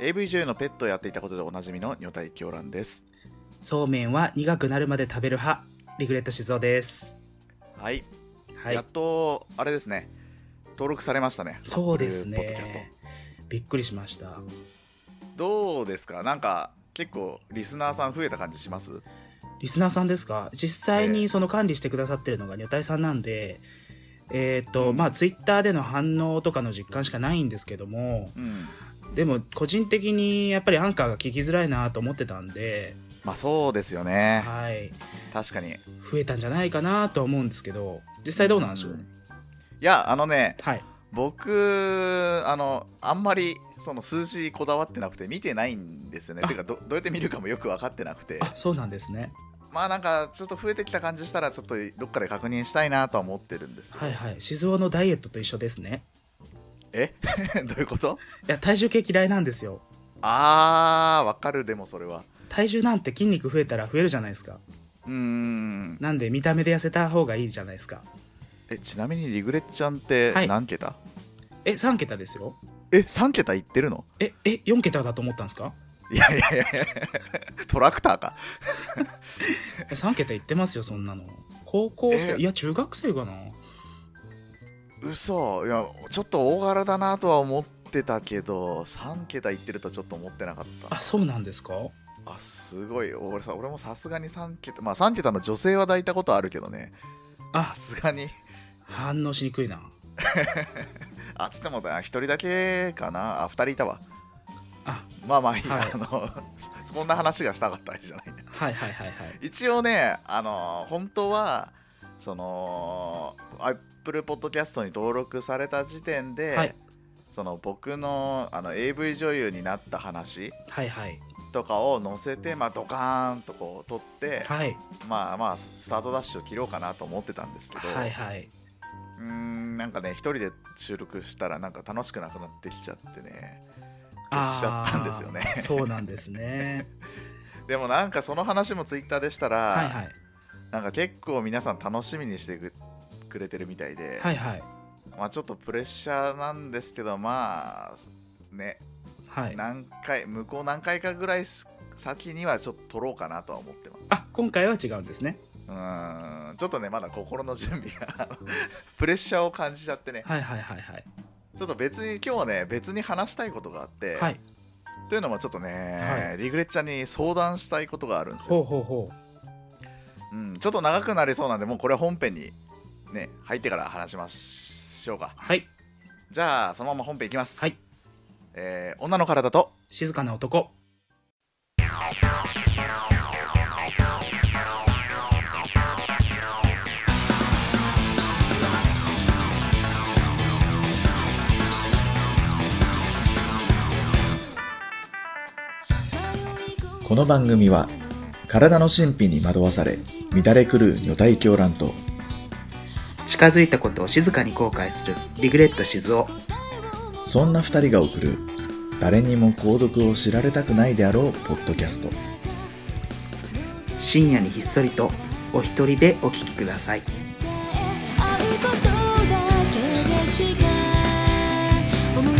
AV 女優のペットをやっていたことでおなじみの女体狂乱ですそうめんは苦くなるまで食べる派リグレット静雄ですはい、はいやっとあれですね登録されましたねそうですポッドキャストねびっくりしましたどうですかなんか結構リスナーさん増えた感じしますリスナーさんですか実際えにえその管理してくださってるのが女体さんなんでえっ、と、うんまあツイッターでの反応とかの実感しかないんですけどもうんでも個人的にやっぱりアンカーが聞きづらいなと思ってたんでまあそうですよねはい確かにい増えたんじゃないかなとは思うんですけど実際どうなんでしょう、やあのねはい僕あのあんまりその数字こだわってなくて見てないんですよねあてかどどうやって見るかもよく分かってなくてあそうなんですねまあなんかちょっと増えてきた感じしたらちょっとどっかで確認したいなとは思ってるんですけどはいはい静雄のダイエットと一緒ですねえ どういうこといや体重計嫌いなんですよあーわかるでもそれは体重なんて筋肉増えたら増えるじゃないですかうーんなんで見た目で痩せた方がいいじゃないですかえちなみにリグレッちゃんってはい何桁、え3桁ですよえ3桁いってるの ええ4桁だと思ったんですかいやいやいやいやトラクターかえ3桁いってますよそんなの高校生、えいや中学生かな嘘いやちょっと大柄だなとは思ってたけど3桁いってるとちょっと思ってなかったあそうなんですかあすごい俺さ俺もさすがに3桁まあ3桁の女性は抱いたことあるけどねあさすがに反応しにくいなあつっても1人だけかなあ2人いたわあまあまあいい、はいあのそ んな話がしたかったわけじゃないはいはいはいはい一応ねあの本当はその Apple Podcast に登録された時点で、はいその僕のあの AV 女優になった話はいはいとかを載せて、まあ、ドカーンとこう撮って、はいまあまあスタートダッシュを切ろうかなと思ってたんですけど、はいはい。うーんなんかね一人で収録したらなんか楽しくなくなってきちゃってね消しちゃったんですよねあーそうなんですね。 でもなんかその話もツイッターでしたら、はいはい。なんか結構皆さん楽しみにしてくくれてるみたいで、はいはい。まあちょっとプレッシャーなんですけどまあねはい。何回向こう何回かぐらいす先にはちょっと撮ろうかなとは思ってますあ、今回は違うんですね。うーんちょっとねまだ心の準備が プレッシャーを感じちゃってねはいはいはいはい。ちょっと別に今日はね別に話したいことがあって、はい。というのもちょっとね、はリグレッチャーに相談したいことがあるんですほよ、うほうほうん、ちょっと長くなりそうなんでもうこれは本編にね入ってから話しましょうかう。はい。じゃあそのまま本編いきます、はい。えー女の体と静かな男。この番組は体の神秘に惑わされ乱れ狂う女体狂乱と近づいたことを静かに後悔するリグレット静雄。そんな2人が送る誰にも購読を知られたくないであろうポッドキャスト深夜にひっそりとお一人でお聞きください。会うことだけでしか思い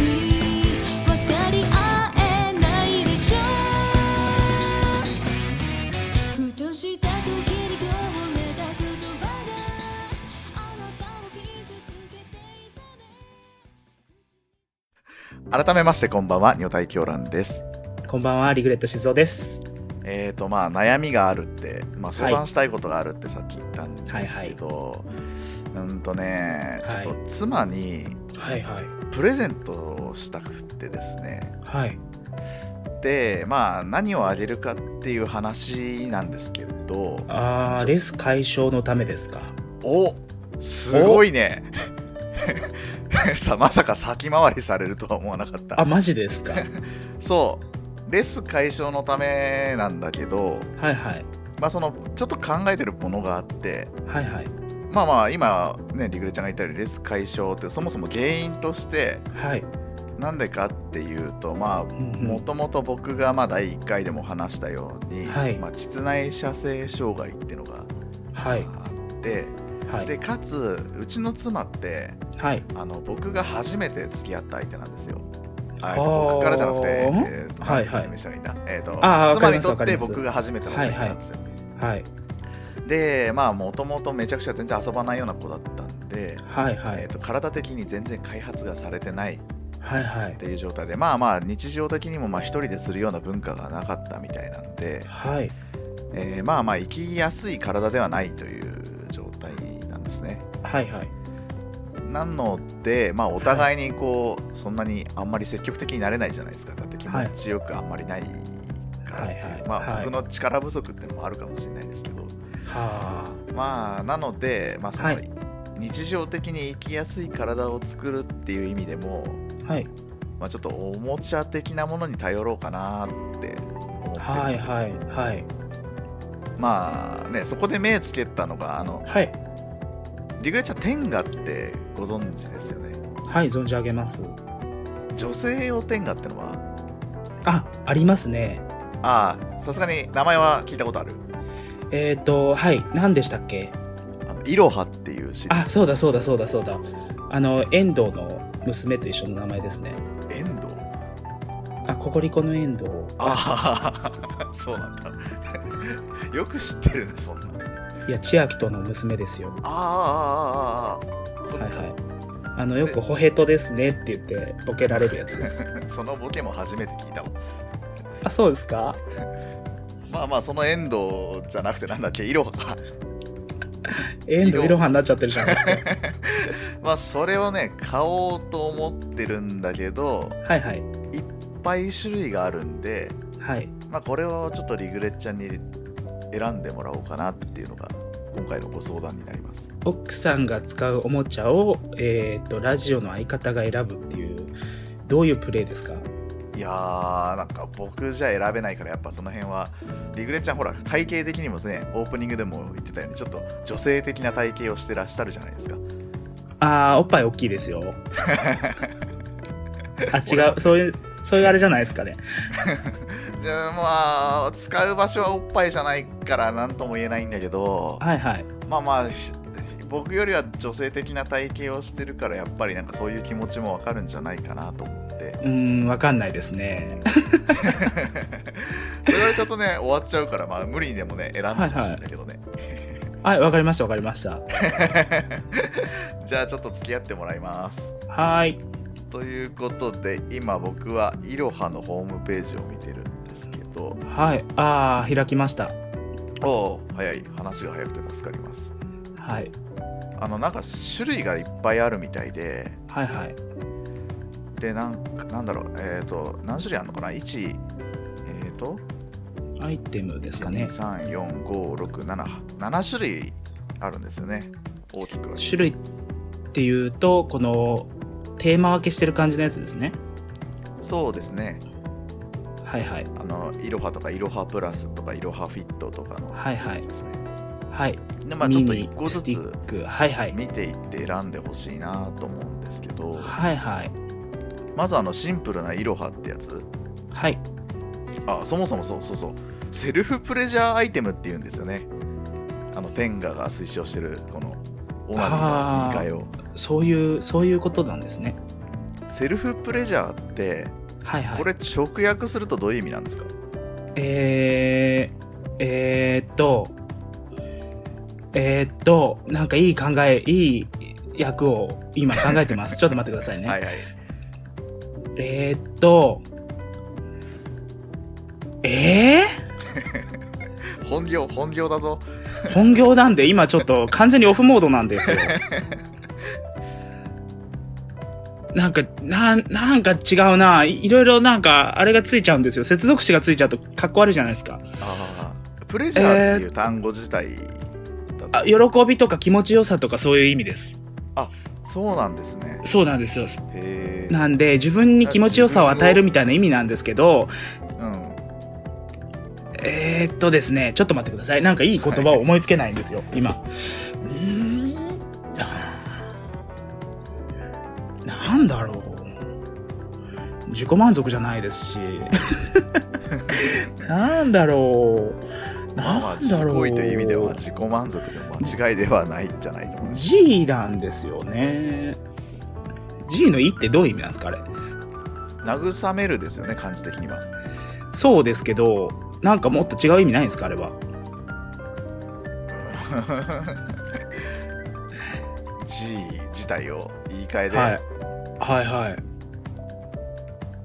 分かり合えないでしょふとした時にこぼれた言葉があなたを傷つけてい改ためましてこんばんは女体狂乱ですこんばんは、リグレット静雄です。えーとまあ悩みがあるって、まあ、相談したいことがあるってさっき言ったんですけど、うんとねちょっはいと妻にはいはい。プレゼントをしたくってですねはい。でまあ何をあげるかっていう話なんですけどあー、レス解消のためですか。おすごいね さまさか先回りされるとは思わなかったあ、マジですか。 はいそうレス解消のためなんだけど、はい。まあ、そのちょっと考えてるものがあってはいはい。まあまあ今ねリグレちゃんが言ったようにレス解消ってそもそも原因としてはい。なんでかっていうとまあうんうんもともと僕がまあ第1回でも話したように、はいまあ、膣内射精障害っていうのがはい。あって、はい。でかつうちの妻ってはい。あの僕が初めて付き合った相手なんですよ。あえっと僕からじゃなくて、あーえっとはいはい説明したらいいんだ、えっとあーわか妻にりますとわかっりてます僕が初めての恋愛なんですよ、はいでまあもともとめちゃくちゃ全然遊ばないような子だったんで、はいはえっいと体的に全然開発がされてないっはいはいていう状態でまあまあ日常的にもまあ一人でするような文化がなかったみたいなんで、はいえーまあまあ生きやすい体ではないという状態なんですねはいはいなので、まあ、お互いにこう、そんなにあんまり積極的になれないじゃないですかだって気持ちよくあんまりないからっていう、はいはいまあ、はい僕の力不足ってのもあるかもしれないですけど、はまあなので、まあそのはい日常的に生きやすい体を作るっていう意味でも、あはいまあ、ちょっとおもちゃ的なものに頼ろうかなって思ってるんはいですよはいはいまあねそこで目つけたのがあのはいリグレちゃんテンガってご存知ですよねはい存じ上げます女性用テンガってのはあありますねああさすがに名前は聞いたことあるえっ、ー、とはい何でしたっけあのイロハっていうシリーズあそうだそうだそうだそうだそうそうそうあの遠藤の娘と一緒の名前ですね遠藤あココリコの遠藤ああそうなんだ よく知ってるねそんないや千秋との娘ですよあーあーあーあーあーそっかはいはいあのよく「ホヘトですね」って言ってボケられるやつです そのボケも初めて聞いたわあそうですかまあまあその遠藤じゃなくてなんだっけいろはか遠藤いろはになっちゃってるじゃないですか まあそれをね買おうと思ってるんだけどはいはいいっぱい種類があるんではいまあこれをちょっとリグレッちゃんに選んでもらおうかなっていうのが今回のご相談になります奥さんが使うおもちゃを、えー、とラジオの相方が選ぶっていうどういうプレイですかいやーなんか僕じゃ選べないからやっぱその辺はリグレッちゃんほら体型的にもねオープニングでも言ってたようにちょっと女性的な体型をしてらっしゃるじゃないですかあーおっぱい大きい ですよあ違うそういうそういうあれじゃないですかねじゃあまあ使う場所はおっぱいじゃないから何とも言えないんだけどはいはいまあまあし僕よりは女性的な体型をしてるからやっぱりなんかそういう気持ちもわかるんじゃないかなと思ってうーんわかんないですねそれはちょっとね終わっちゃうからまあ無理にでもね選んでほしいんだけどね、はいわかりましたわかりましたじゃあちょっと付き合ってもらいますはーいということで今僕はいろはのホームページを見てるんですけどはいあー開きましたおお早い話が早くて助かりますはいあのなんか種類がいっぱいあるみたいではいはいでなんかなんだろうえっ、と何種類あるのかな1えっ、とアイテムですかね1234567種類あるんですよね大きくは種類っていうとこのテーマ分けしてる感じのやつですねそうですねはいはいあのいろはとかいろはプラスとかいろはフィットとかのはいはいやつですね、はいでまあちょっとミニ1個ずスティつックはいはい見ていって選んでほしいなと思うんですけどはいはいまずあのシンプルなイロハってやつはいあそもそもそうそうそうセルフプレジャーアイテムっていうんですよねあのテンガが推奨してるこのオナニーの言い換えをそういうそういうことなんですねセルフプレジャーってはいはいこれ直訳するとどういう意味なんですか、えー、えー、っとえー、っとなんかいい考えいい役を今考え てますちょっと待ってくださいね、はいはいえー、っとえー、本業本業だぞ本業なんで今ちょっと完全にオフモードな んですよ。なんか、なん、なんか違うな。いいろいろなんか、あれがついちゃうんですよ。接続詞がついちゃうとかっこ悪いじゃないですか。あープレジャーっていう単語自体だとあ、喜びとか気持ちよさとかそういう意味です。そうなんですねそうなんですよ。へえなんで、自分に気持ちよさを与えるみたいな意味なんですけど、うんえー、っとですね、ちょっと待ってください。なんかいい言葉を思いつけないんですよ、今。うーん。あーなんだろう。自己満足じゃないです し。なんだろう。まあまあな自ん己だろう。意という意味では自己満足でも間違いではないんじゃないの G なんですよね。G の「い」ってどういう意味なんですかあれ。慰めるですよね、感じ的には。そうですけど、なんかもっと違う意味ないんですかあれは。 G 自体を言い換えで、はい。はいはい。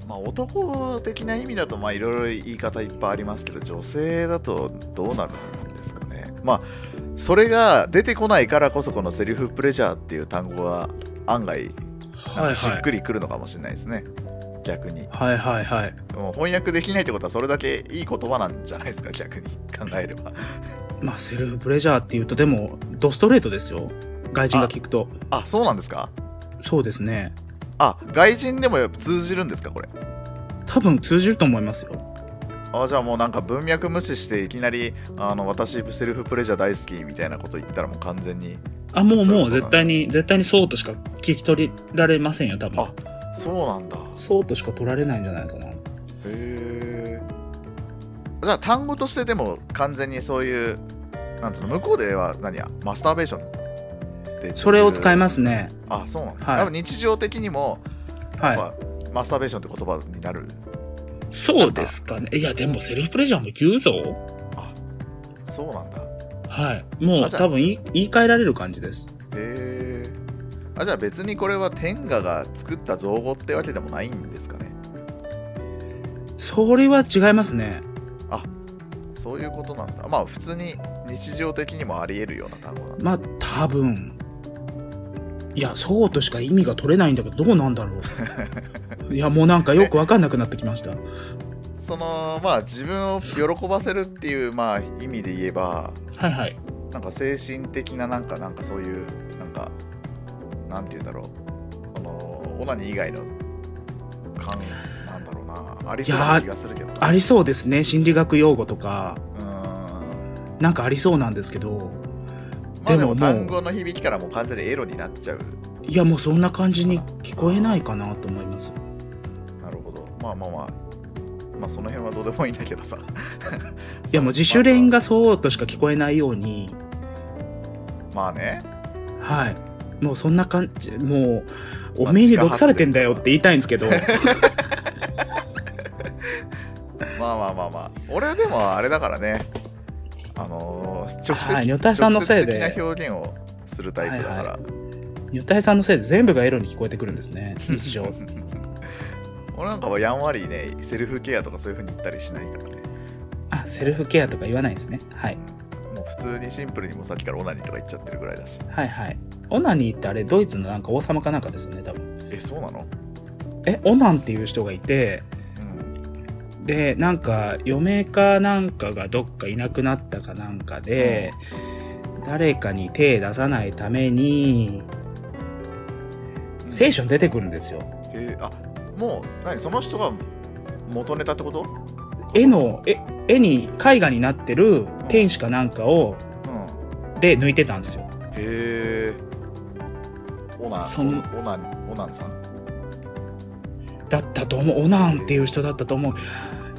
まあ、男的な意味だとまあいろいろ言い方いっぱいありますけど女性だとどうなるんですかねまあそれが出てこないからこそこのセルフプレジャーっていう単語は案外なんはかいしっくり。りくるのかもしれないですね、逆にはいはいはい。もう翻訳できないってことはそれだけいい言葉なんじゃないですか逆に考えればまあセルフプレジャーっていうとでもドストレートですよ。外人が聞くと。あそうなんですかそうですね。あ外人でもやっぱ通じるんですかこれ多分通じると思いますよ。あじゃあもうなんか文脈無視していきなりあの私セルフプレジャー大好きみたいなこと言ったらもう完全にあ、もそうういうことなもんうだ絶対に、絶対にそうとしか聞き取られませんよ、多分あ。そうなんだそうとしか取られないんじゃないかな。へえじゃあ単語としてでも完全にそういうなんつうの向こうでは何やマスターベーションでそれを使いまますね。あそうなんだ、はい多分日常的にも、はい。まあマスターベーションって言葉になるそうですかね。いや、でもセルフプレジャーも言うぞ。そうなんだへはい。もあうじゃあ多分言い言い換えられる感じです。えあじゃあ別にこれは天下が作った造語ってわけでもないんですかねそれは違いますね。そういうことなんだまあ普通に日常的にもあり得るような単語なんだまあ、多分。いや、そうとしか意味が取れないんだけど、どうなんだろう。いや、もうなんかよくわかんなくなってきました。そのまあ自分を喜ばせるっていうまあ意味で言えばはいはい。なんか精神的ななんかなんかそういうなんかなんて言うんだろうこのオナニー以外の感なんだろうなありそうな気がするけどなありそうですね。心理学用語とか、うーんなんかありそうなんですけど、まあででもももう単語の響きからもう完全にエロになっちゃういや、もうそんな感じに聞こえないかなと思います。なるほどまあまあまあまあその辺はどうでもいいんだけどさいや、もう自主練がそうとしか聞こえないように、まあねはい。もうそんな感じ、もう、おめえに毒されてんだよって言いたいんですけど、まあまあまあまあ俺はでもあれだからねあのー直接はい女体さんのせいで直接的な表現をするタイプだから、はいは女体さんのせいで全部がエロに聞こえてくるんですね、日常。俺なんかはやんわりねセルフケアとかそういう風に言ったりしないからねあ、セルフケアとか言わないんですね。はい。もう普通にシンプルにもうさっきからオナニーとか言っちゃってるぐらいだしはいはい。オナニーってあれ、ドイツのなんか王様かなんかですよね、多分。えそうなのえ、オナンっていう人がいて、うんで、なんか、嫁かなんかがどっかいなくなったかなんかで、誰かに手出さないために、聖書に出てくるんですよ。えーあもう何その人が元ネタってこと絵の、絵、絵に、絵画になってる天使かなんかを、うんで抜いてたんですよ。へえオナそのオナオナンさんだったと思う。オナンっていう人だったと思う。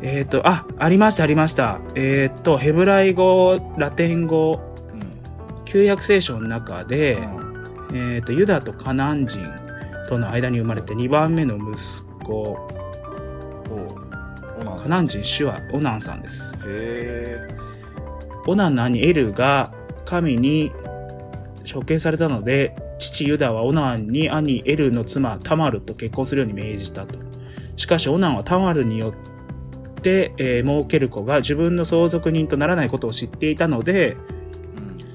えっ、と、あ、ありました、ありました。えっ、と、ヘブライ語、ラテン語、うん旧約聖書の中で、うんえっ、と、ユダとカナン人との間に生まれて2番目の息子、おオナンさカんへナン人シュア、オナンさんです。えオナナにエルが神に処刑されたので、父ユダはオナンに兄エルの妻タマルと結婚するように命じたと。しかしオナンはタマルによって、えー儲ける子が自分の相続人とならないことを知っていたので、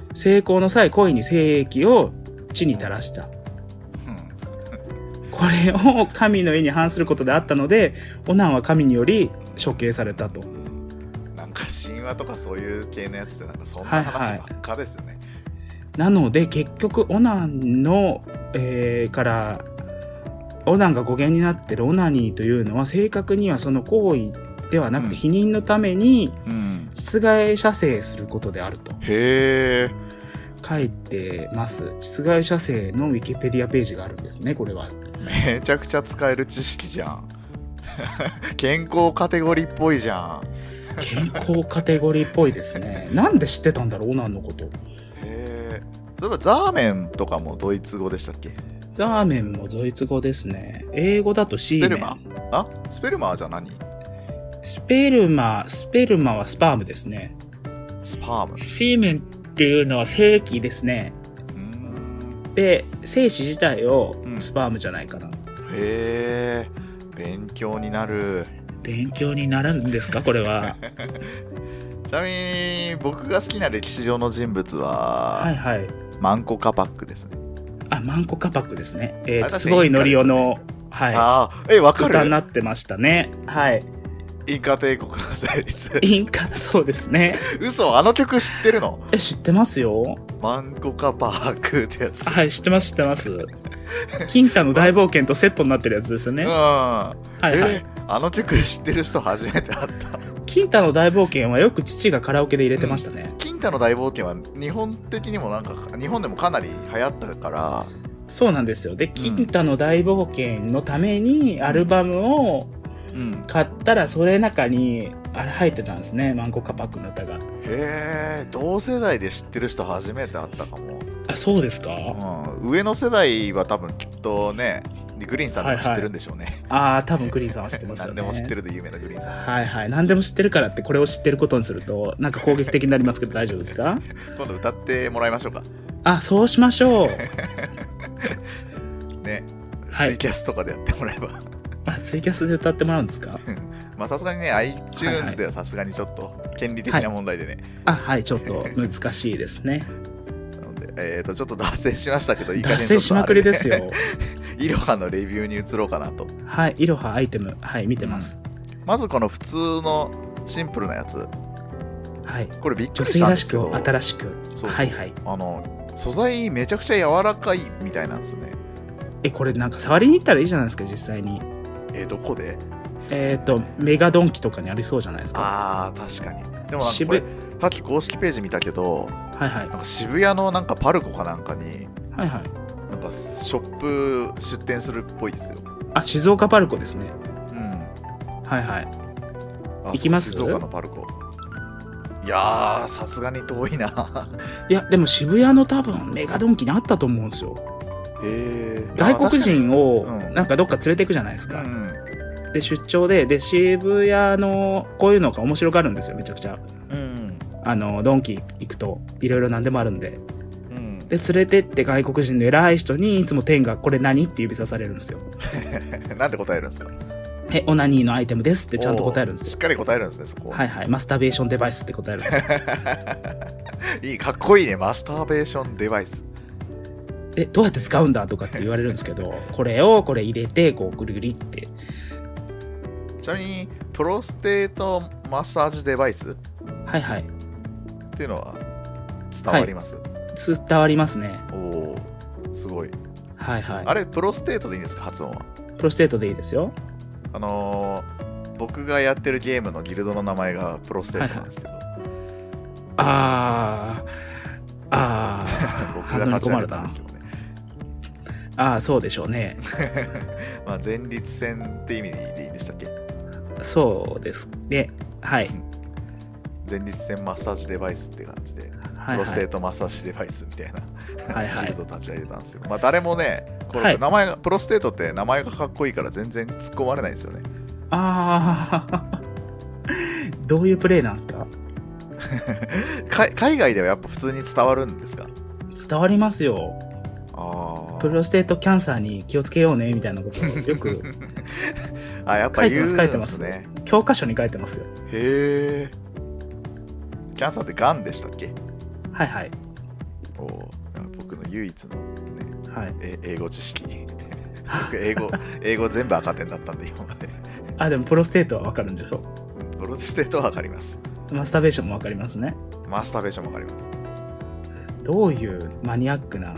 うん成功の際恋に精液を地に垂らした。これを神の意に反することであったので、オナンは神により処刑されたと。うんなんか神話とかそういう系のやつってなんかそんはないはい話ばっかですよね、なので結局オナンの、えーからオナンが語源になってるオナニーというのは正確にはその行為ではなくうんて否認のためにうん実害射精することであるとへえ書いてます実害射精のウィキペディアページがあるんですねこ れはめちゃくちゃ使える知識じゃん 健康カテゴリーっぽいじゃん健康カテゴリーっぽいですねなんで知ってたんだろうオナンのことへえ例えばザーメンとかもドイツ語でしたっけラーメンもドイツ語ですね。英語だとシスーペメルマン。あスペルマーじゃ何スペルマ、スペルマはスパームですね。スパーム。シーメンっていうのは精子ですね。うーんで、精子自体をうんスパームじゃないかな。へえ、勉強になる。勉強になるんですかこれ は。ちなみに、僕が好きな歴史上の人物は、はいはい。マンコカパックですね。あ、マンコカパックですね。えーあれ確かすごいノリオの、はああ、え、わい。か歌にるなってましたね。はい。インカ帝国の成立。インカ、そうですね。嘘、あの曲知ってるのえ、知ってますよマンコカパークってやつ。はい、知ってます、知ってます。金太の大冒険とセットになってるやつですよね。うん。はえいはい。あの曲知ってる人初めて会った。金太の大冒険はよく父がカラオケで入れてましたね。金太の大冒険は日本的にもなんか、日本でもかなり流行ったから、そうなんですよ。で、金太の大冒険のためにアルバムをうん。買ったら、それ中に、あれ入ってたんですね。マンコカパックの歌が。へえ、同世代で知ってる人初めて会ったかも。あ、そうですかうん、上の世代は多分きっとね、グリーンさんとか知ってるんでしょうね。ああ、多分クリーンさんは知ってます よ何ね。でも知ってるで有名なグリーンさん。はいはい。何でも知ってるからって、これを知ってることにすると、なんか攻撃的になりますけど大丈夫ですか今度歌ってもらいましょうか。あ、そうしましょう。ね。はいツイキャスとかでやってもらえば。あ、ツイキャスで歌ってもらうんですかまあさすがにね、はいは iTunes いではさすがにちょっと権利的な問題でね。あ、はい、ちょっと難しいですね。なので、えっ、と、ちょっと脱線しましたけど、いい加脱減線しまくりですちょっよと。あれで。いろはのレビューに移ろうかなと。はい、いろはアイテム、はい、見てます。まずこの普通のシンプルなやつ。はい。これびっく女りし性たんらでしすけくど。新しく。そうはいはい。あの、素材めちゃくちゃ柔らかいみたいなんですね。え、これなんか触りに行ったらいいじゃないですか、実際に。えーどこでえっ、と、メガドンキとかにありそうじゃないですか。ああ確かにでもなんかこ渋いれさっき公式ページ見たけどはいはいな。んか渋谷のなんかパルコかなんかにはいはい。なんかショップ出店するっぽいですよ、あ、静岡パルコですね。うん、はいはい。あ行きますそう静岡のパルコいやーさすがに遠いないや、でも渋谷の多分メガドンキにあったと思うんですよ。へえ外国人をうんなんかどっか連れて行くじゃないですうか。んで、出張で、で、渋谷のこういうのが面白がるんですよ、めちゃくちゃ。うんあの、ドンキ行くと、いろいろ何でもあるんで。うんで、連れてって外国人の偉い人に、いつも天がこれ何って指さされるんですよ。 なんて答えるんですかえ、オナニーのアイテムですってちゃんと答えるんでおーしすっよ。かり答えるんですねそこはいはい。マスターベーションデバイスって答えるんですよ。いいかっこいいねマスターベーションデバイスえ、どうやって使うんだとかって言われるんですけど、 これをこれ入れて、こう、ぐりぐりって。ちなみにプロステートマッサージデバイスっはいはい。ていうのは伝わります、伝わりますね。おおすごいはいはい。あれプロステートでいいんですか発音はプロステートでいいですよ。あのー僕がやってるゲームのギルドの名前がプロステートなんですけど、あー。あー。 僕が反応に立ち困上げるたんなです。けどねあー、そうでしょうね。 まあ前立腺って意味でいいんでしたっけそうですね。はい。前立腺マッサージデバイスって感じでプはいロスはテーい。トマッサージデバイスみたいな、はいはいギルド立ち上げたんですけど、まあ、誰もねこはれい名前が、プロステートって名前がかっこいいから全然突っ込まれないんですよねあー。 どういうプレイなんですかか海外ではやっぱ普通に伝わるんですか伝わりますよ。あプロステートキャンサーに気をつけようね、みたいなことをよくあ あやっぱ言うん書いてでますす書いてね教科書に書いてますよ。へえ。キャンサーってがんでしたっけはいはい。おー僕の唯一の、ね、はい。え英語知識。 僕英語、英語全部赤点だったんで、今まで。あ、でもプロステートはわかるんでしょプロステートはわかります。マスターベーションもわかりますね。マスターベーションもわかります。どういうマニアックな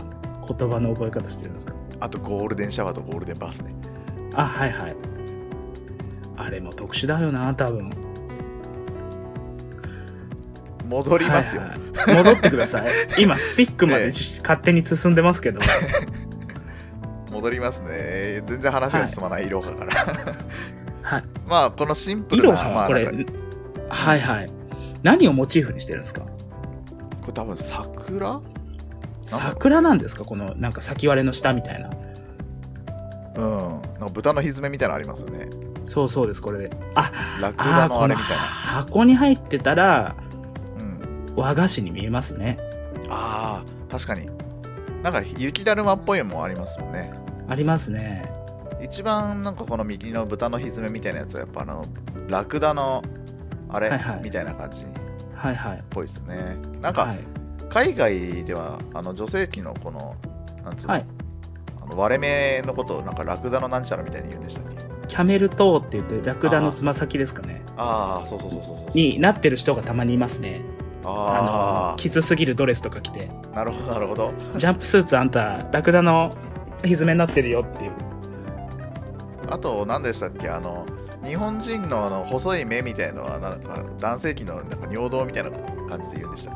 言葉の覚え方してるんですかあと、ゴールデンシャワーとゴールデンバスね。あ、はいはい。あれも特殊だよな、多分。戻りますよ。はいはい戻ってく ださい。今、スティックまでし、勝手に進んでますけど。戻りますね。えー全然話が進まない、イロハから。はい。まあ、このシンプイルな、ロハまはあ、これ、なんかはいはい。何をモチーフにしてるんですかこれ多分、桜桜なんですかこの、なんか先割れの下みたいな。うん、なんか豚のひずめみたいなのありますよねそうそうです、これで。あ、ラクあダあー、のあこのれみたい箱に入ってたな、ら、うん、和菓子に見えますね。あー確かになんか雪だるまっぽいのもありますもんねありますね。一番なんかこの右の豚のひずめみたいなやつはやっぱあのラクダのあれ、はいはいみたいな感じっはいはい。ぽいですねなんかはい。海外ではあの女性器のこのなんつうの,、はいあの割れ目のことをなんかラクダのなんちゃらみたいに言うんでしたっけキャメルトーって言って、ラクダのつま先ですかね。ああそうそうそうそうそうになってる人がたまにいますね。ああの、きつすぎるドレスとか着て。あなるほどなるほどジャンプスーツあんた、ラクダのひずめになってるよっていう。あと何でしたっけあの日本人のあの細い目みたいのはなんか男性器のなんか尿道みたいな感じで言うんでしたっ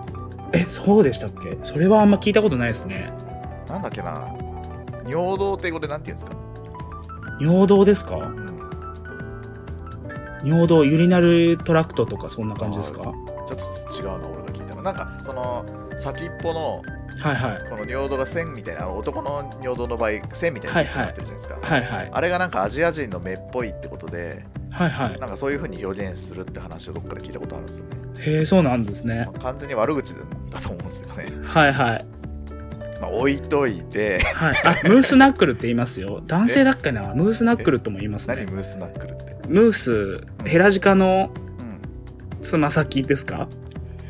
けえ、そうでしたっけそれはあんま聞いたことないですね。なんだっけな尿道って英語でなんて言うんですか、尿道ですかうん、尿道、ユリナルトラクトとかそんな感じですかあはちょっと違うな俺が聞いたのなんかその先っぽのいはい。この尿道が線みたいなあの男の尿道の場合線みたいなはいにはいなってるじゃないですか、はいはい。あれがなんかアジア人の目っぽいってことではいはい。なんかそういう風に表現するって話をどっかで聞いたことあるんですよね、へえ、そうなんですねま。あ完全に悪口だと思うんですけどねはいはい。まあ置いといて はい。あ、ムースナックルって言いますよ。男性だっけなムースナックルとも言います何ね。ムースナックルってムース、ヘラジカのうんつま先ですか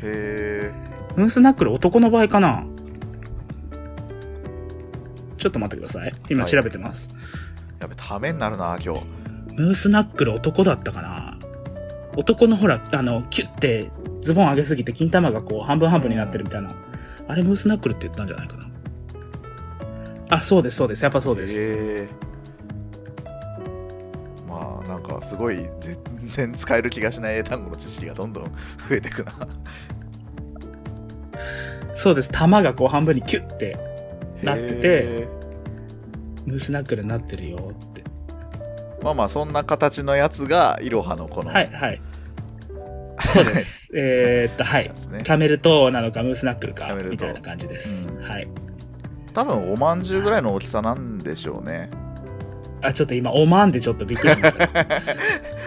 へえムースナックル男の場合かなちょっと待ってください。今はい調べてます。やべためになるな今日ムースナックル男だったかな男のほら、あの、キュッてズボン上げすぎて金玉がこう半分半分になってるみたいな。あれムースナックルって言ったんじゃないかなあ、そうです、そうです。やっぱそうです。へえまあなんかすごい全然使える気がしない英単語の知識がどんどん増えてくなそうです。玉がこう半分にキュッてなっててへムースナックルになってるよって。ーまあまあそんな形のやつがイロハのこのはい、はい。そうです。 えーっと、はいや。つねキャメルトーなのかムースナックルかキャメルトみーたいな感じです、うんはい 多分おまんじゅうぐらいの大きさなんでしょうねあちょっと今オマーンでちょっとびっくりしました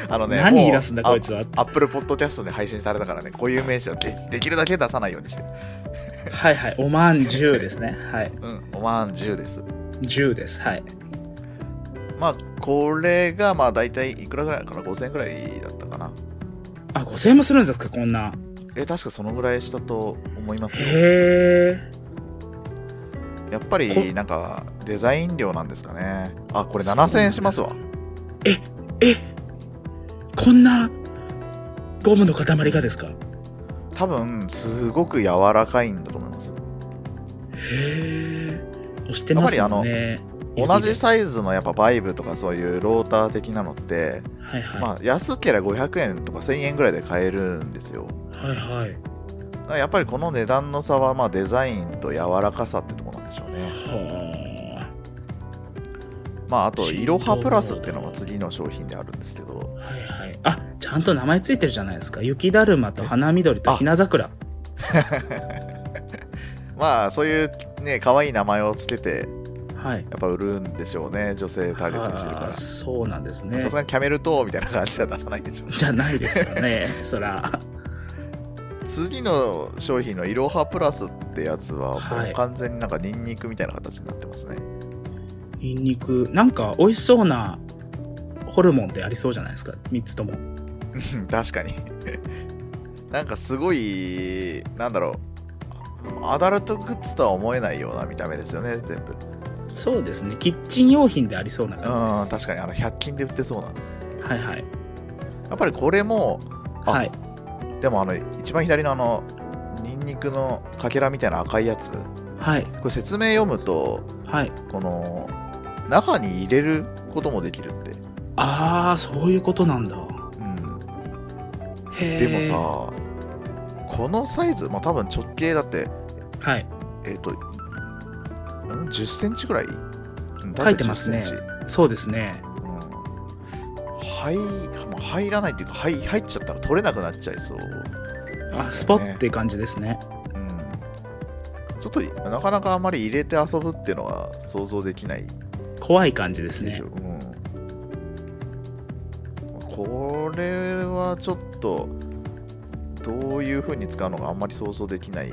あのね何言いもう出すんだこいつはあアップルポッドキャストで配信されたからねこういう名詞はでできるだけ出さないようにしてはいはいオマーン10ですねはいうんおまんじゅうです10ですはいまあこれがまあ大体いくらぐらいかな5000円ぐらいだったかなあ5000円もするんですかこんなえ確かそのぐらいしたと思いますよへえやっぱこりなんかデザイン料なんですかねあこれそうなんです7000円しますわこんなゴムの塊がですか多分すごく柔らかいんだと思いますへえ押してますよね同じ指でサイズのやっぱバイブとかそういうローター的なのって、はいはい、まあ安ければ500円とか1000円ぐらいで買えるんですよはいはいだからやっぱりこの値段の差はまあデザインと柔らかさってとこなんでしょうねはまああとイロハプラスっていうのが次の商品であるんですけどあはいはいあちゃんと名前ついてるじゃないですか雪だるまと花緑とひな桜まあそういうね可愛い名前をつけてはいやっぱ売るんでしょうね女性ターゲットにしてるからあーさそうなんですねすがにキャメルトーみたいな感じは出さないで しょうじゃないですよね そら次の商品のイロハプラスってやつははもいう完全になんかニンニクみたいな形になってますね、ニンニクなんか美味しそうなホルモンってありそうじゃないですか3つともうん確かに なんかすごいなんだろうアダルトグッズとは思えないような見た目ですよね全部そうですねキッチン用品でありそうなう感んじで確かにあの100均で売ってそうなすはいはいやっぱりこれもあはいでもあの一番左のあのニンニクのかけらみたいな赤いやつこはいれ説明読むとはいこの中に入れることもできるって、ああそういうことなんだうん、へでえもさこのサイズまあ多分直径だってはいえっ、と1 0ンチぐらいうん書いてますね多分10センチそうですねうん入もう入らないっていうか入入っちゃったら取れなくなっちゃいそう、あスポって感じですねうん、ちょっとなかなかあまり入れて遊ぶっていうのは想像できない怖い感じですね。うん、これはちょっとどういう風に使うのかあんまり想像できない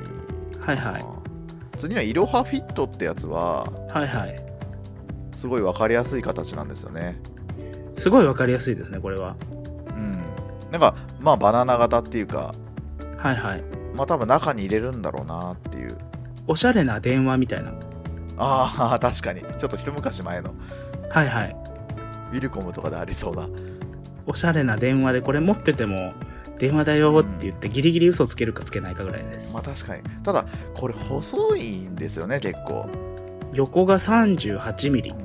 はいはい。次のイロハフィットってやつははいはい。すごい分かりやすい形なんですよねすごいわかりやすいですね、これは。うんなんかまあバナナ型っていうかはいはい。まあ多分中に入れるんだろうなっていうおしゃれな電話みたいな。ああ 確かにちょっと一昔前のウはいはい。ィルコムとかでありそうなおしゃれな電話でこれ持ってても、電話だよって言ってギリギリ嘘つけるかつけないかぐらいです。まあ確かにただこれ細いんですよね結構横が38ミリ。うん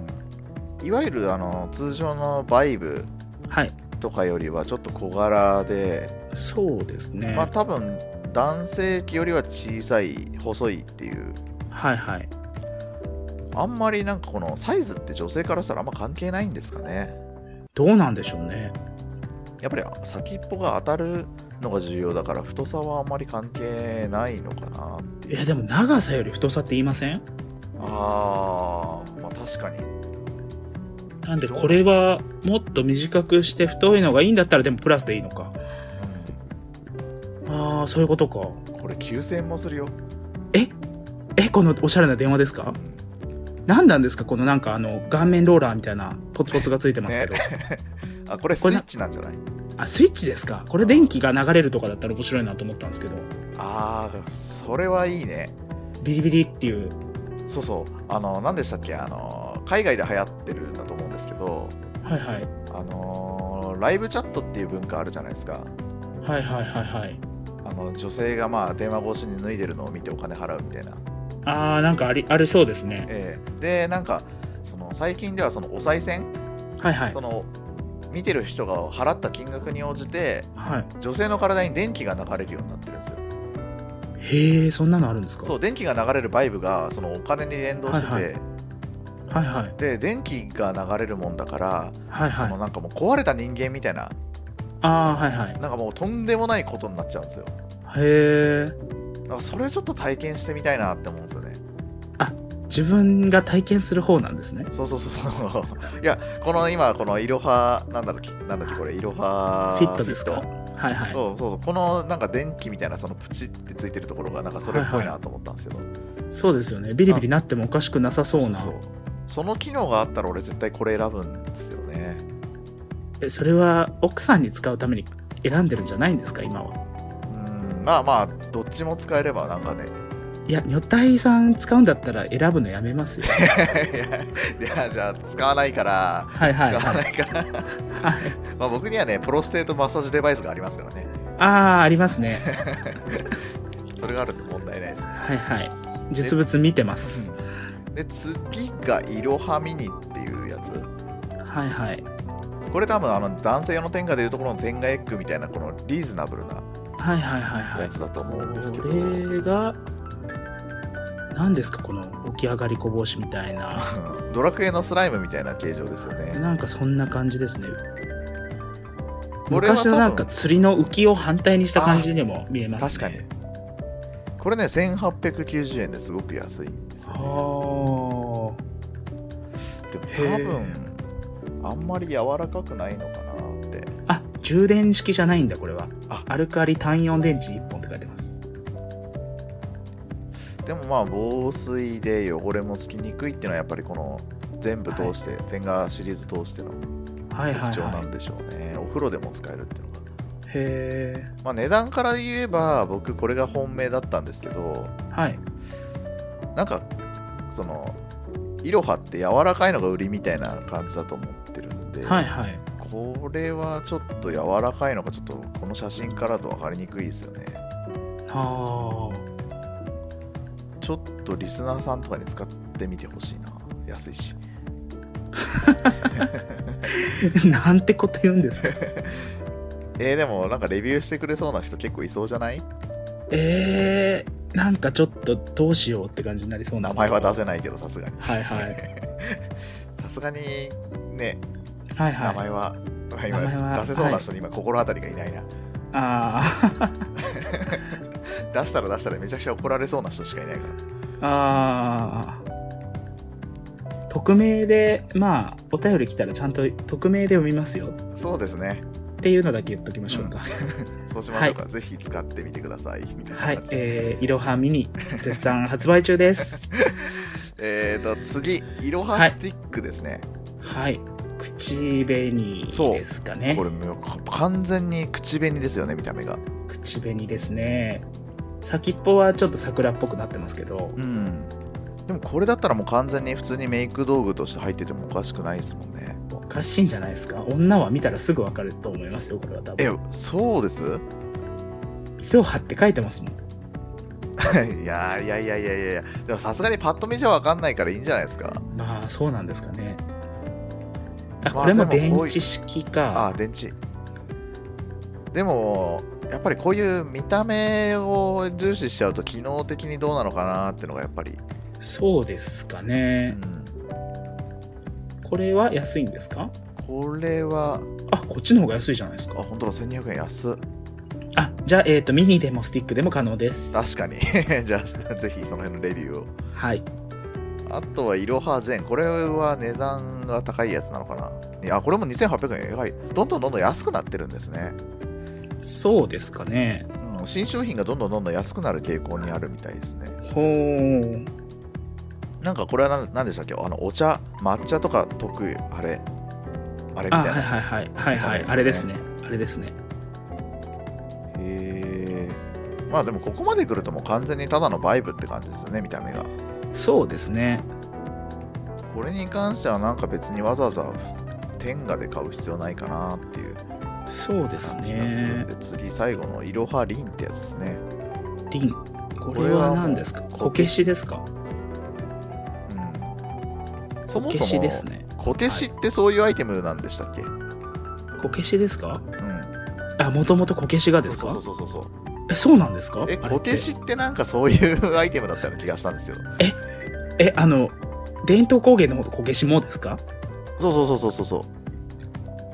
いわゆるあの通常のバイブはい。とかよりはちょっと小柄で、そうですね。まあ多分男性器よりは小さい細いっていうはいはい。あんまりなんかこのサイズって女性からしたらあんま関係ないんですかねどうなんでしょうね。やっぱり先っぽが当たるのが重要だから太さはあんまり関係ないのかなっていいうやでも長さより太さって言いませんあーまあ確かになんでこれはもっと短くして太いのがいいんだったらでもプラスでいいのか。ああ、そういうことか。これ9000円もするよ、え、このおしゃれな電話ですうかん何なんですかこのなんかあの顔面ローラーみたいなポツポツがついてますけど。あこれスイッチなんじゃないあ、スイッチですかこれ電気が流れるとかだったら面白いなと思ったんですけど。ああそれはいいねビリビリっていう。そうそうあの何でしたっけあの海外で流行ってるんだと思うんですけどはいはい。あのーライブチャットっていう文化あるじゃないですかはいはいはいはい。あの女性がまあ電話越しに脱いでるのを見てお金払うみたいな、ああ、なんかあり、ありそうですね。ええでなんかその最近ではそのお賽銭、はいはいそ。の見てる人が払った金額に応じてはい。女性の体に電気が流れるようになってるんですよへえ、そんなのあるんですかそう電気が流れるバイブがそのお金に連動してて、はいははいはい。で電気が流れるもんだから、はいそはいの。なんかもう壊れた人間みたいなああー、はいはい。なんかもうとんでもないことになっちゃうんですよへえ。だからそれちょっと体験してみたいなって思うんですよね自分が体験する方なんですね。そうそうそうそう いやこの今このいろはなんだろうきなんだっけこれいろはフィットですかはいはい。そうそうそうこのなんか電気みたいなそのプチってついてるところがなんかそれっぽいなと思ったんですけど、そうですよね。ビリビリなってもおかしくなさそうな。そうそうその機能があったら俺絶対これ選ぶんですよねえ、それは奥さんに使うために選んでるんじゃないんですか、今は。うんまあまあどっちも使えればなんかね いや、女体さん使うんだったら選ぶのやめ ますよ。いやじゃあ使わないからはいはい使わはい。ないから、 まあ僕にはねプロステートマッサージデバイスがありますからねああ、ありますね。それがあると問題ないですよは いはい。実物見てます。で次がイロハミニっていうやつはいはい。これ多分あの男性用の天下でいうところの天下エッグみたいなこのリーズナブルなはいはいはいはやい。つだと思うんですけこど、れが、何ですか、この起き上がりこぼしみたい な。うんドラクエのスライムみたいな形状ですよねなんかそんな感じですね。これは多分昔のなんか釣りの浮きを反対にした感じにも見えま確すかね。にこれね1890円ですごく安いんですよ、ね、ではもへ多ー分あんまり柔らかくないのかなってあ。あ、充電式じゃないんだ、これは。あアルカリ単4電池1本って書いてます。でもまあ防水で汚れもつきにくいっていうのはやっぱりこの全部通して、天下シリーズ通してのはいはい特徴なはい。んでしょうね、お風呂でも使えるっていうのが、へえ。まあ、値段から言えば僕これが本命だったんですけどはい。なんかそのイロハって柔らかいのが売りみたいな感じだと思ってるんで、はいはい。これはちょっと柔らかいのかちょっとこの写真からだと分かりにくいですよねはちょっとリスナーさんとかに使ってみてほしいな安いし あ。なんてこと言うんですか。えーでもなんかレビューしてくれそうな人結構いそうじゃないえー、なんかちょっとどうしようって感じになりそうなん名ですけ前どは出せないけどさすがには いはい。さすがにねはい名はい。前は、まあ今名前は出せそうな人に今心当たりがいないな、ああ。 出したら出したらめちゃくちゃ怒られそうな人しかいないからああ。匿名で、まあ、お便り来たらちゃんと匿名で読みますよそうですね。っていうのだけ言っときましょうか。そうしましょうか。ぜひ使ってみてください。みたいなは感いじ。で。えー、いろはミニ、絶賛発売 中です。えーと、次、いろははいスティックですね。はい。口紅ですかねこ。れもうか完全に口紅ですよね、見た目が。口紅ですね。先っぽはちょっと桜っぽくなってますけどう、ん。でもこれだったらもう完全に普通にメイク道具として入っててもおかしくないですもんね。おかしいんじゃないですか。女は見たらすぐわかると思いますよ、これは多え分。、そうです いろはって書いてますもん。いやいやいやいやいやいやでもさすがにパッと見じゃわかんないからいいんじゃないですか。まあ、そうなんですかね。あ、まあこれもでも電こうい池式あか。電池でもやっぱりこういう見た目を重視しちゃうと機能的にどうなのかなっていうのがやっぱり、そうですかうね。ん、これは安いんですかこれはあ、こっちの方が安いじゃないですあか。本当だ1200円安っあ、じゃあ、えっ、と、ミニでもスティックでも可能です。確かに じゃあぜひその辺のレビューをはい。あとはいろはゼンこれは値段が高いやつなのかなあこれも2800円はいどんどんどんどん安くなってるんですね、そうですかね。うん、新商品がどんどんどんどん安くなる傾向にあるみたいですねほー。なんかこれは何何でしたっけあのお茶抹茶とか得意あれあれみあ、たいはいなはいはい。はいはい。ああれれでですすね。あれですね。へえまあでもここまで来るともう完全にただのバイブって感じですよね見た目がそうですね。これに関してはなんか別にわざわざ天下で買う必要ないかなっていうそうです感じがするんねで。次最後のいろはりんってやつですねリン。これは何ですかこれはもうこけしですかうんそこもけそしもですね。小手しってそういうアイテムなんでしたっけ、こけしですかうんあ、もともとこけしがですかそうそうそうそうそうえ、そうなんですかえあれって小手しってなんかそういうアイテムだったような気がしたんですよえ、あの、伝統工芸の方とこけしもですかそうそうそうそうそうそう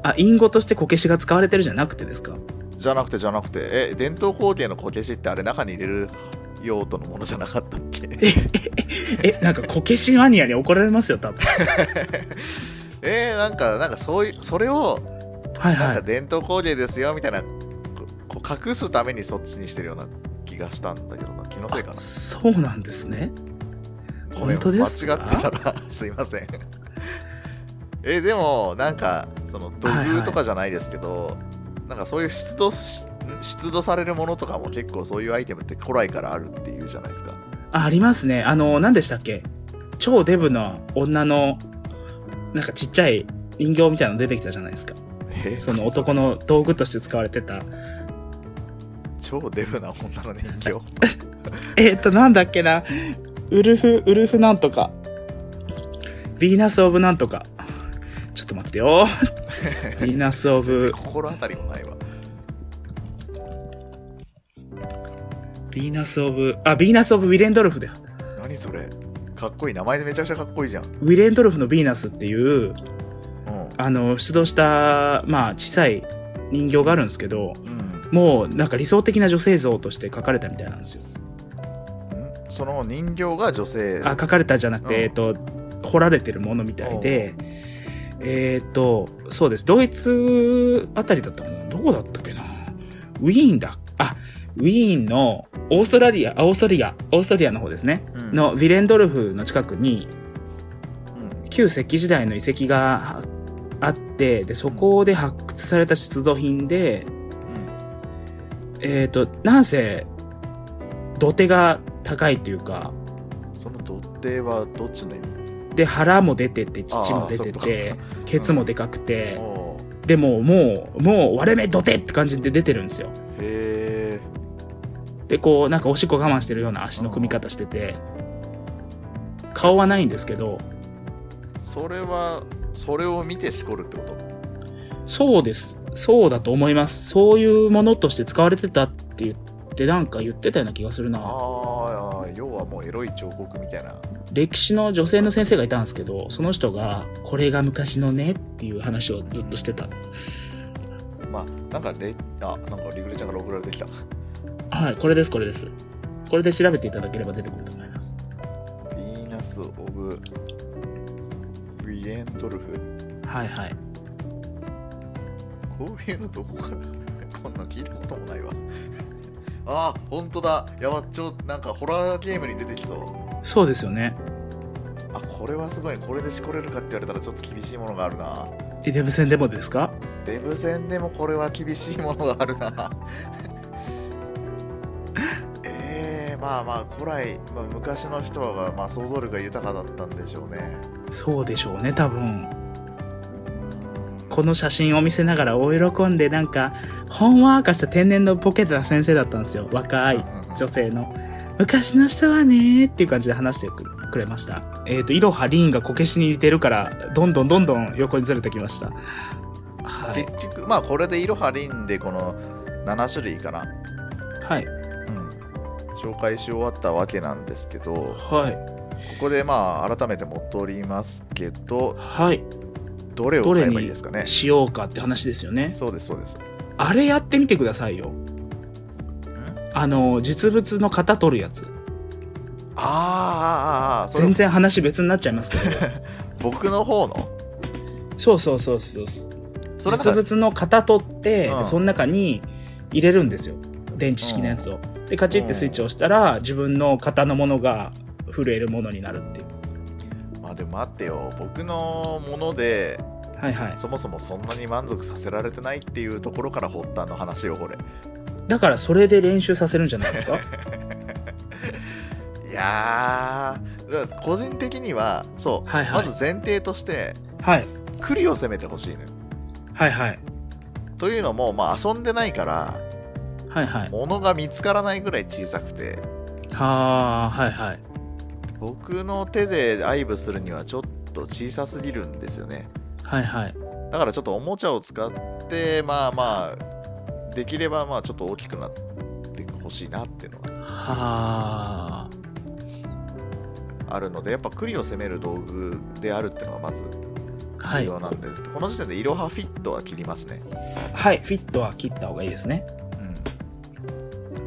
あ、隠語としてこけしが使われてるじゃなくてです かじゃなくてじゃなくてえ伝統工芸のこけしってあれ中に入れる用途のものじゃなかったっけ え、なんかこけしマニアに怒られますよ、多 分。えー、なんかなんかそういうそれをはいなんかはい。伝統工芸ですよみたいな、ここう隠すためにそっちにしてるような気がしたんだけどな気のせいかあなそうなんですね。ごめん本当ですか間違ってたらすいません えでもなんかその土はいはい偶とかじゃないですけど、なんかそういう出土し出土されるものとかも結構そういうアイテムって古来からあるっていうじゃないですかあ、ありますね。あの、何でしたっけ超デブの女の、なんかちっちゃい人形みたいなの出てきたじゃないですか。えその男の道具として使われてた。超デブな女の人 形 えっと、なんだっけな。ウルフ、ウルフなんとか。ヴィーナス・オブなんとか。ちょっと待って よ。ヴィーナス・オブ、心当たりもないわヴィーナス・オブ、あ、ヴィーナス・オブ・ウィレンドルフだ。何それかっこいい名前でめちゃくちゃかっこいいじゃん、ウィレンドルフのヴィーナスっていう、うあの、出土した、まあ、小さい人形があるんですけど、んうん、んもうなんか理想的な女性像として描かれたみたいなんですよ。その人形が女性あ、描かれたじゃなくて、うんえっと、彫られてるものみたいで、えっと、そうです。ドイツあたりだったもん。どこだったっけなウィーンだ。あ、ウィーンのオーストラリア、あオーストリア、オーストリアの方ですね。うんのヴィレンドルフの近くに、うん旧石器時代の遺跡がはあって、で、そこで発掘された出土品で、えっ、と、なんせ、土手が高いというか、うん、その土手はどっちの意味で、腹も出てて、乳も出てあーそっかて、ケツもでかくて、おうでももう、もう割れ目土手って感じで出てるんですよ。へえで、こう、なんかおしっこ我慢してるような足の組み方してて、顔はないんですけど、それはそれを見てしこるってことそうです。そうだと思います。そういうものとして使われてたって言って、なんか言ってたような気がするな。ああ要はもうエロい彫刻みたいな歴史の女性の先生がいたんですけど、その人が、これが昔のねっていう話をずっとしてた。まあなんかレあなんかリグレちゃんから送られてきたはい、これです、これです。これで調べていただければ出てくると思います。ヴィーナス・オブ・ビエンドルフはいはい。こういうのどこから こんなん聞いたこともないわ あー本当だやばっちょなんかホラーゲームに出てきそうそうですよね。あこれはすごいこれでしこれるかって言われたらちょっと厳しいものがあるなえデブ戦デモですかデブ戦でもこれは厳しいものがある なえー、まあまあ古来、まあ、昔の人は、まあ、想像力が豊かだったんでしょうねそうでしょうね、多分。うんこの写真を見せながら大喜んでなんかほんわかした天然のボケた先生だったんですよ若い女性の昔の人はねーっていう感じで話してくくれましたえっ、といろはりんがこけしに似てるからどんどんどんどん横にずれてきましたはい結局まあこれでいろはりんでこの7種類かな、はいうん、紹介し終わったわけなんですけどこはいこでまあ改めて戻りますけどはいどれをど買れえばいいですかねにしようかって話ですよねそうですそうですあれやってみてくださいよあの実物の型取るやつあーあーあーあーそれ全然話別になっちゃいますけど僕の方のそうそうそうそうそれなんか実物の型取って、うんその中に入れるんですよ電池式のやつを、でカチッてスイッチを押したら、自分の型のものが震えるものになるっていうまあでも待ってよ僕のものではいはいそもそもそんなに満足させられてないっていうところから発端の話よこれだからそれで練習させるんじゃな いですかいやーだから個人的にはそう、はいはいまず前提としてはいクリを攻めてほしいの、よはいはいというのも、まあ、遊んでないからはいはい物が見つからないぐらい小さくてはあはいはい僕の手で愛撫するにはちょっと小さすぎるんですよねはいはいだからちょっとおもちゃを使ってまあまあできればまあちょっと大きくなってほしいなっていうのがはああるのでやっぱ栗を攻める道具であるっていうのがまずは重い要なんで、この時点でいろはフィットは切りますね、はいフィットは切った方がいいですね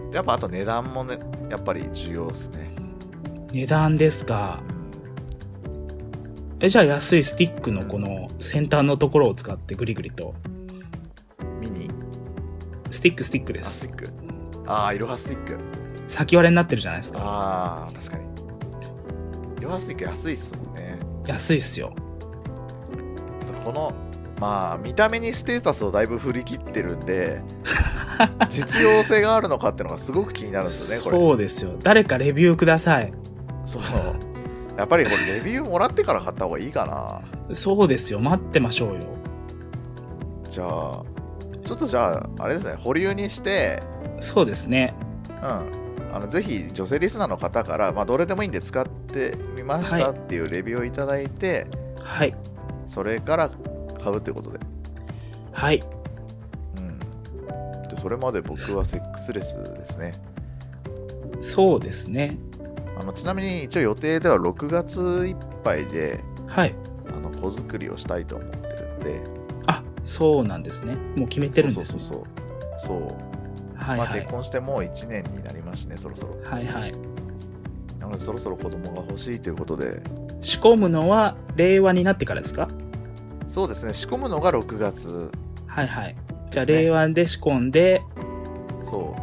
うん、やっぱあと値段もねやっぱり重要ですね、値段ですかえじゃあ安いスティックのこの先端のところを使ってグリグリとうん、ミニスティックスティックであすスティックああいろはスティック先割れになってるじゃないですかあー確かにいろはスティック安いっすもんね安いっすよこのまあ見た目にステータスをだいぶ振り切ってるんで実用性があるのかってのがすごく気になるんですよねこそうですよ誰かレビューくださいれそうやっぱりこれレビューもらってから買った方がいいかなそうですよ待ってましょうよじゃあちょっとじゃああれですね保留にしてそうですねうんあのぜひ女性リスナーの方から、まあ、どれでもいいんで使ってみましたっていうレビューをいただいて、はいそれから買うということで、はいうん、でそれまで僕はセックスレスですねそうですねあのちなみに一応予定では6月いっぱいではいあの子作りをしたいと思ってるんであそうなんですねもう決めてるんですそうそうそうそう、はいまあ、は結い婚してもう1年になりますしねそろそろはいはいなのでそろそろ子供が欲しいということで仕込むのは令和になってからですかそうですね仕込むのが6月はいはいじゃあですね令和で仕込んでそ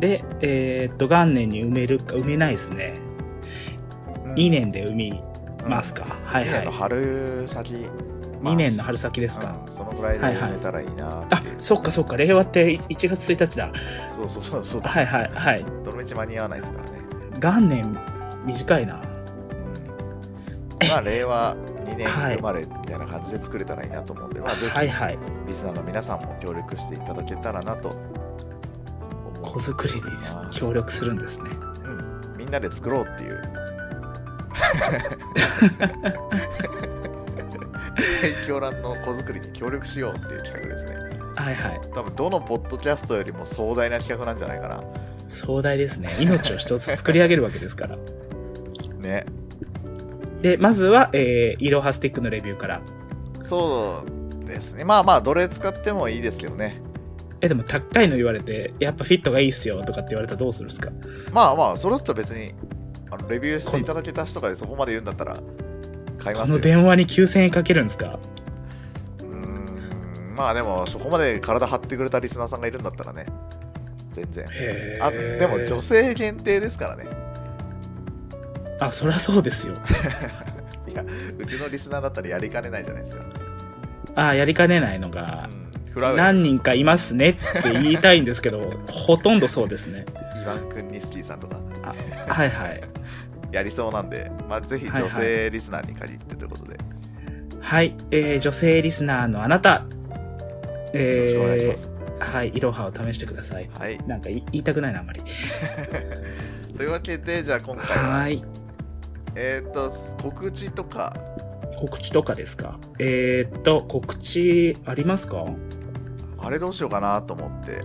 でえーっと元年に埋めるか埋めないですねう、うん2年で埋みますか、はい2年はいの春先、まあ2年の春先ですか、うんそのぐらいではいはい埋めたらいいなってあいう、そっかそっか令和って1月1日だそうそうそうそうはいはいはいどの道間に合わないですからね、元年短いなうん、まあ令和2年はい生まれみたいな感じで作れたらいいなと思うんで、まあぜはいはいひリスナーの皆さんも協力していただけたらなと思子作りに協力するんですねう、うん、みんなで作ろうっていう狂乱の子作りに協力しようっていう企画ですねはいはい多分どのポッドキャストよりも壮大な企画なんじゃないかな壮大ですね命を一つ作り上げるわけですからねでまずはえー、イロハスティックのレビューからそうですねまあまあどれ使ってもいいですけどねえでも高いの言われてやっぱフィットがいいっすよとかって言われたらどうするんですかまあまあそれだったら別にあのレビューしていただけた人がそこまで言うんだったら買いこますのよ電話に9000円かけるんですかうーんまあでもそこまで体張ってくれたリスナーさんがいるんだったらね全然へあでも女性性限定ですからねあそりゃそうですよいやうちのリスナーだったらやりかねないじゃないですか、あやりかねないのがうん、フラウェイ何人かいますねって言いたいんですけどほとんどそうですねイワン・クンニスキーさんとかあはいはいやりそうなんで、まあ、ぜひ女性リスナーに限ってということで、はい、えー女性リスナーのあなたよろえしくお願いしまーす、はいいろはを試してくださいはいなんかい言いたくないなあんまりというわけでじゃあ今回ははいえっ、ー、と告知とか告知とかですかえー、っと告知ありますかあれどうしようかなと思って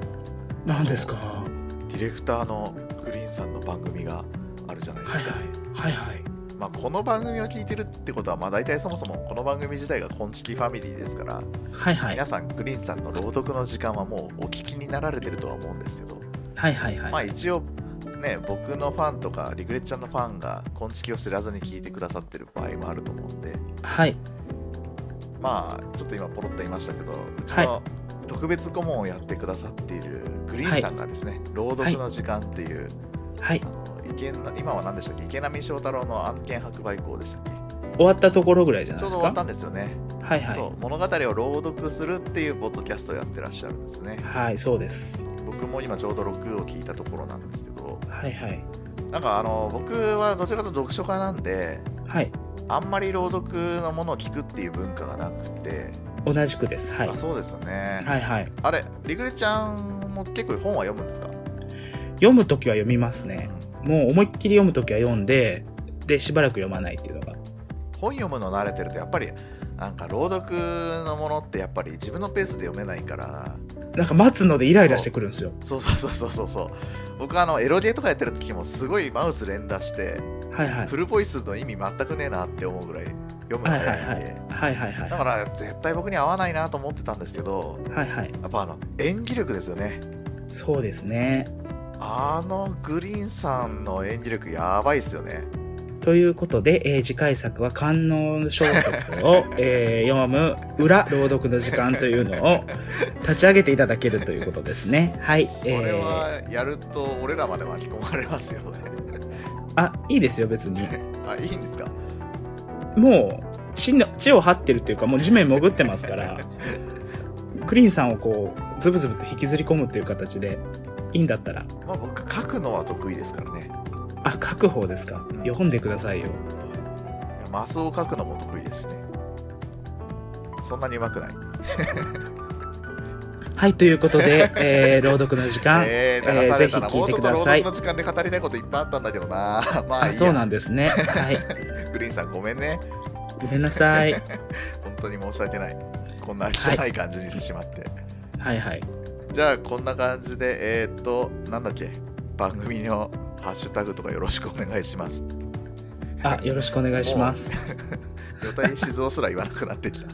何ですかはディレクターのグリーンさんの番組があるじゃないいではすいか、はいはいまあ、この番組を聞いてるってことは、まあ、大体そもそもこの番組自体が昆虫ファミリーですから、はいはい皆さんグリーンさんの朗読の時間はもうお聞きになられてるとは思うんですけど、はいはいはいまあ一応ね僕のファンとかリグレッちゃんのファンが昆虫を知らずに聞いてくださってる場合もあると思うんではいまあちょっと今ポロッと言いましたけどうちの特別顧問をやってくださっているグリーンさんがですね、朗読の時間っていう、はい池な今は何でしたっけ池波正太郎の案件白売校でしたっけ終わったところぐらいじゃなちいょうでど終すわったかんですよね、はいはいそう物語を朗読するっていうポッドキャストをやってらっしゃるんですねはいそうです僕も今ちょうど6を聞いたところなんですけどはいはいなんかあの僕はどちらかというと読書家なんではいあんまり朗読のものを聞くっていう文化がなくて、同じくですはいあそうですよね、はいはいあれリグレちゃんも結構本は読むんですか読むときは読みますねもう思いっきり読むときは読んででしばらく読まないっていうのが本読むの慣れてるとやっぱりなんか朗読のものってやっぱり自分のペースで読めないからなんか待つのでイライラしてくるんですよそうそうそうそうそうそう僕あのエロゲーとかやってる時もすごいマウス連打してはいは いフルボイスの意味全くねえなって思うぐらい読むのはいはい早はいんいではいはいはいだから絶対僕に合わないなと思ってたんですけどはいはいやっぱあの演技力ですよねそうですねあのグリーンさんの演技力やばいっすよねということで、えー次回作は観音小説を、えー読む裏朗読の時間というのを立ち上げていただけるということですね。はい。そえれー、はやると俺らまで巻き込まれますよねあ、いいですよ、別に。あいいんですかもう、地の、地を張ってるっていうか、もう地面潜ってますから、クリーンさんをこう、ズブズブと引きずり込むっていう形で、いいんだったら、まあ僕書くのは得意ですからねあ、書く方ですか。読んでくださいよ。マスを書くのも得意ですしねそんなに上手くないはい、ということで、え ー朗読の時間、ええー、流ーさぜれひたなも聞いうてちょっとくだ朗さ読いの。時間で語りたいこといっぱいあったんだけどなまあいあ、いやそうなんですね。はい。グリーンさんごめんねごめんなさ い。本当に申し訳ないこんな汚い感じにしてしまって、はいはい。じゃあこんな感じでえー、っとなんだっけ番組のハッシュタグとかよろしくお願いしますあ、よろしくお願いします。予定静雄すら言わなくなってきた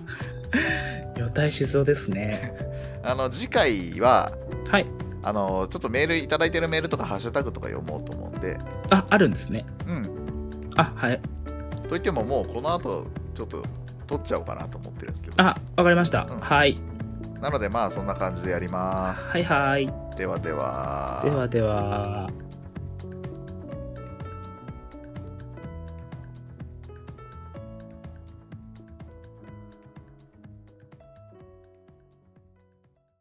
予体しそうですね。あの次回ははい。あのちょっとメールいただいてるメールとかハッシュタグとか読もうと思うんであ、あるんですね。うんあ、はい。といってももうこの後ちょっと取っちゃおうかなと思ってるんですけどあ、わかりました。うんはい。なのでまあそんな感じでやりまはいはい。すではではではでは。